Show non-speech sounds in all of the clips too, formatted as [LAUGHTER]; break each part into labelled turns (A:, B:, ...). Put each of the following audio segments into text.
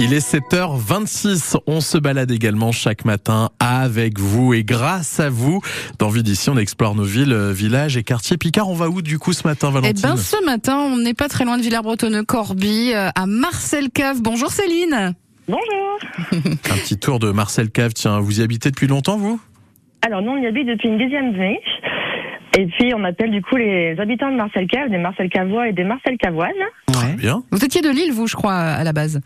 A: Il est 7h26. On se balade également chaque matin avec vous et grâce à vous. Dans Vie d'ici, on explore nos villes, euh, villages et quartiers. Picard, on va où du coup ce matin,
B: Eh
A: Valentine
B: ben, [LAUGHS] ce matin, on n'est pas très loin de Villers-Bretonneux, Corby, euh, à Marcel Cave. Bonjour Céline.
C: Bonjour
A: Un petit tour de Marcel Cave. Tiens, vous y habitez depuis longtemps, vous
C: Alors nous on y habite depuis une dizaine d'années. Et puis on appelle du coup les habitants de Marcel Cave des Marcel Cavois et des Marcel Cavoines.
A: Bien. Ah,
B: Vous étiez de Lille, vous, je crois, à la base.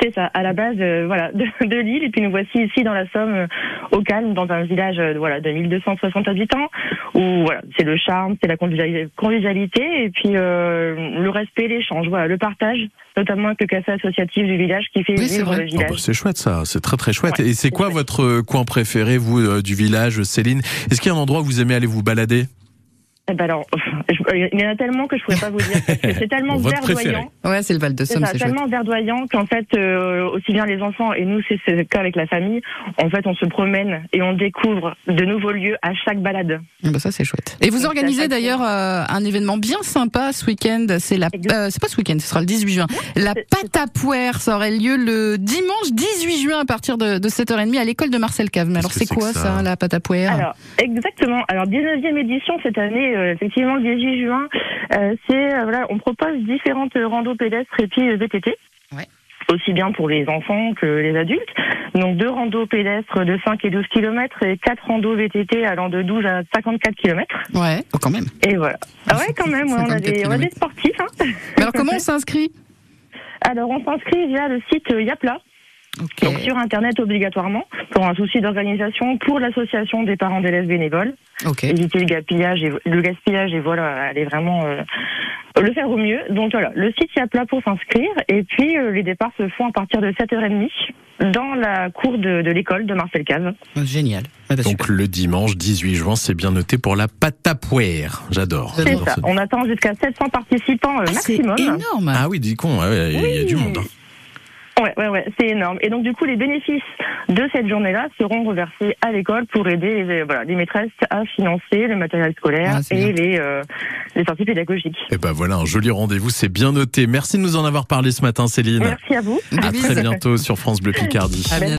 C: C'est ça, à la base euh, voilà, [LAUGHS] de, de Lille. Et puis nous voici ici dans la Somme, euh, au calme, dans un village euh, voilà, de 1260 habitants, où voilà, c'est le charme, c'est la conviviali- convivialité, et puis euh, le respect, l'échange, voilà, le partage, notamment avec le café associatif du village qui fait
B: Oui, c'est
C: vivre
B: vrai.
C: le
A: Ah
C: village.
A: bah, c'est chouette ça, c'est très très chouette. et c'est quoi votre euh, coin préféré, vous, euh, du village, Céline Est-ce qu'il y a un endroit où vous aimez aller vous balader
C: Eh ben alors, [LAUGHS] je- il y en a tellement que je pourrais pas vous dire, parce que
B: [LAUGHS]
C: c'est tellement
A: Bon, votre préféré.
C: verdoyant.
B: Ouais, c'est le Val de
C: C'est
B: Somme,
C: ça,
B: c'est chouette.
C: tellement verdoyant qu'en fait, euh, aussi bien les enfants et nous, c'est c'est le cas avec la famille, en fait, on se promène et on découvre de nouveaux lieux à chaque balade.
B: Ah bah, ça, c'est chouette. Et vous
C: Donc,
B: organisez
C: ça, ça,
B: d'ailleurs euh, un événement bien sympa ce week-end. C'est la,
C: Exact.
B: euh, c'est pas ce week-end, ce sera le 18 juin. La
C: c'est-
B: pâte à poire, ça aurait lieu le dimanche 18 juin à partir de, de 7h30 à l'école de Marcel Cave. Mais alors,
A: que
B: c'est
A: c'est
B: quoi
A: que
B: ça,
A: ça
B: la pâte à poire
C: Alors, exactement. Alors, 19e édition cette année, euh, effectivement, le 18 juin, euh, c'est, euh, voilà, on propose différentes euh, randos pédestres et puis euh, VTT.
B: Ouais.
C: Aussi bien pour les enfants que les adultes. Donc, deux randos pédestres de 5 et 12 km et quatre randos VTT allant de 12 à 54 km.
B: Ouais, oh, quand même.
C: Et voilà. Ah ouais, quand même, ouais, on a
B: 54
C: des, on a des sportifs, hein.
B: Mais alors, comment on s'inscrit
C: Alors, on s'inscrit via le site euh, Yapla,
B: Ok.
C: donc sur Internet obligatoirement, pour un souci d'organisation pour l'association des parents d'élèves bénévoles.
B: Ok.
C: Éviter le gaspillage et, le gaspillage et voilà, aller vraiment euh, le faire au mieux. Donc voilà, le site Yapla pour s'inscrire. Et puis, euh, les départs se font à partir de 7h30 dans la cour de, de l'école de Marcel Cave.
B: Génial. Ah bah,
A: Donc le dimanche 18 juin, c'est bien noté pour la patapuère. J'adore.
B: C'est
C: C'est
A: J'adore
C: ça.
A: ce-
C: On attend jusqu'à 700 participants euh,
B: Ah, c'est
C: maximum.
B: énorme.
A: Ah oui, dis con, ouais, ouais, il y a du
C: Oui.
A: monde. hein.
C: Ouais, ouais, ouais, c'est énorme. Et donc du coup, les bénéfices de cette journée-là seront reversés à l'école pour aider les, voilà, les maîtresses à financer le matériel scolaire
B: Ah, c'est
C: et les, euh, les sorties pédagogiques.
A: Et ben voilà, un joli rendez-vous, c'est bien
B: Eh
A: noté. Merci de nous en avoir parlé ce matin, Céline.
B: ben,
C: Merci à vous.
B: Des
A: À
B: bises.
A: très bientôt sur France Bleu Picardie.
C: Ah,
B: À bientôt.